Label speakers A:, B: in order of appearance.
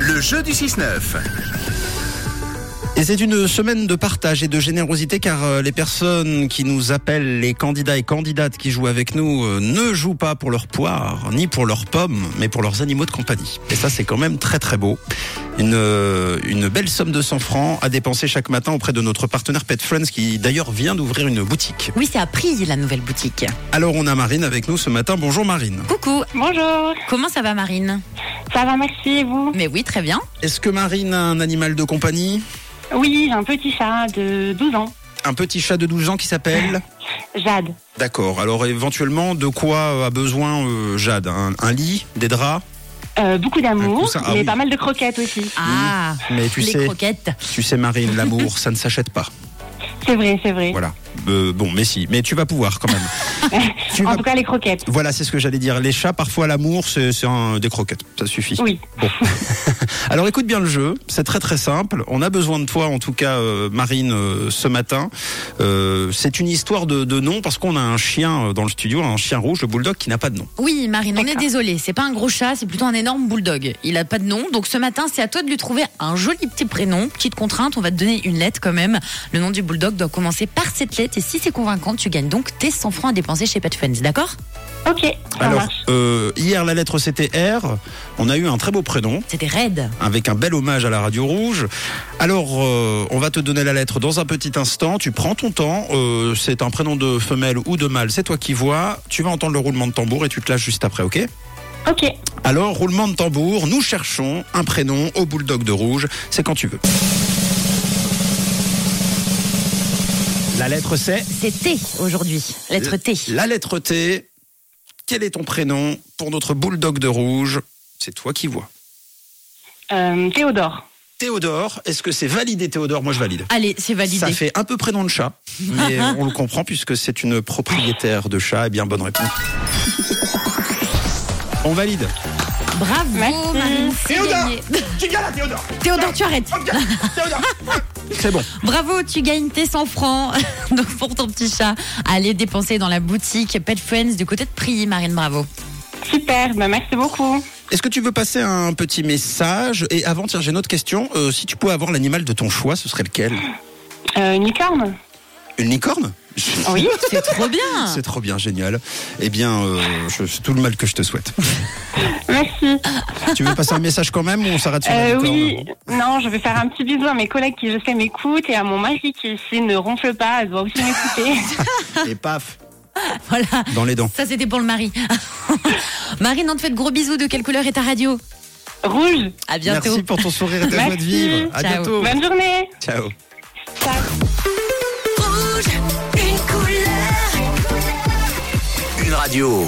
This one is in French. A: Le jeu du 6-9.
B: Et c'est une semaine de partage et de générosité car euh, les personnes qui nous appellent, les candidats et candidates qui jouent avec nous, euh, ne jouent pas pour leur poire, ni pour leurs pommes, mais pour leurs animaux de compagnie. Et ça, c'est quand même très très beau. Une, euh, une belle somme de 100 francs à dépenser chaque matin auprès de notre partenaire Pet Friends qui d'ailleurs vient d'ouvrir une boutique.
C: Oui, c'est à Prix, la nouvelle boutique.
B: Alors on a Marine avec nous ce matin. Bonjour Marine.
C: Coucou,
D: Bonjour,
C: comment ça va Marine
D: ça va, merci et vous
C: Mais oui, très bien.
B: Est-ce que Marine a un animal de compagnie
D: Oui, j'ai un petit chat de 12 ans,
B: Un petit chat de 12 ans qui s'appelle
D: Jade.
B: D'accord. Alors éventuellement, de quoi a besoin euh, Jade un, un lit, des draps
D: Euh, beaucoup
B: Un
D: d'amour,
B: coussin, ah
D: mais
B: oui.
D: pas mal de croquettes aussi.
C: Ah,
B: Mais tu
C: les
B: sais,
C: croquettes.
B: tu sais Marine, l'amour, ça ne s'achète pas.
D: C'est vrai, c'est vrai.
B: Voilà. Euh, bon, mais si, mais tu vas pouvoir quand même. Tu vas-
D: En tout cas, les croquettes.
B: Voilà, c'est ce que j'allais dire. Les chats, parfois l'amour, c'est c'est un- des croquettes. Ça suffit.
D: Oui,
B: Alors écoute bien le jeu, c'est très très simple. On a besoin de toi, en tout cas euh, Marine, euh, ce matin. Euh, c'est une histoire de, de nom parce qu'on a un chien euh, dans le studio, un chien rouge, le bulldog, qui n'a pas de nom.
C: Oui, Marine, on est
D: D'accord.
C: désolé, c'est pas un gros chat, c'est plutôt un énorme bulldog. Il a pas de nom, donc ce matin, c'est à toi de lui trouver un joli petit prénom. Petite contrainte, on va te donner une lettre quand même. Le nom du bulldog doit commencer par cette lettre, et si c'est convaincant, tu gagnes donc tes 100 francs à dépenser chez Pet Friends, d'accord
D: ok, ça
B: Alors
D: marche.
B: euh, hier la lettre c'était R. On a eu un très beau prénom.
C: C'était raide.
B: avec un bel hommage à la Radio Rouge. Alors, euh, on va te donner la lettre dans un petit instant. Tu prends ton temps. Euh, c'est un prénom de femelle ou de mâle. C'est toi qui vois. Tu vas entendre le roulement de tambour et tu te lâches juste après, ok
D: Ok,
B: Alors, roulement de tambour. Nous cherchons un prénom au bulldog de rouge. C'est quand tu veux. La lettre c'est
C: C'est T aujourd'hui, lettre T.
B: La lettre T. Quel est ton prénom pour notre bulldog de rouge C'est toi qui vois.
D: euh, Théodore.
B: Théodore, est-ce que c'est validé Théodore Moi je valide.
C: Allez, c'est validé.
B: Ça fait un peu prénom de chat, mais on le comprend puisque c'est une propriétaire de chat. Eh bien, bonne réponse. On valide.
C: Bravo,
D: Merci.
C: Marine, c'est
A: Théodore.
C: gagné.
A: Tu gagnes, Théodore
C: Théodore, tu arrêtes.
A: Théodore
B: C'est bon.
C: Bravo, tu gagnes tes 100 francs donc pour ton petit chat. Allez dépenser dans la boutique Pet Friends du côté de Prix, Marine Bravo.
D: Super, bah, merci beaucoup.
B: Est-ce que tu veux passer un petit message Et avant, tiens, j'ai une autre question. Euh, si tu pouvais avoir l'animal de ton choix, ce serait lequel
D: Euh, une licorne
B: Une licorne
D: Oui,
C: C'est trop bien.
B: C'est trop bien, génial. Eh bien, euh, je- c'est tout le mal que je te souhaite.
D: merci.
B: tu veux passer un message quand même ou on s'arrête sur la
D: Euh,
B: licorne
D: oui, non, je vais faire un petit bisou à mes collègues qui, je sais, m'écoutent et à mon mari qui, ici, ne ronfle pas, elle doit aussi m'écouter.
B: Et paf,
C: Voilà,
B: dans les dents.
C: ça c'était pour le mari. Marine, on te fait de gros bisous. De quelle couleur est ta radio
D: Rouge,
C: À bientôt.
B: Merci pour ton sourire et ta joie de
D: Merci.
B: vivre. À
C: Ciao.
B: bientôt.
D: bonne journée.
B: Ciao.
D: Ciao.
A: Une radio.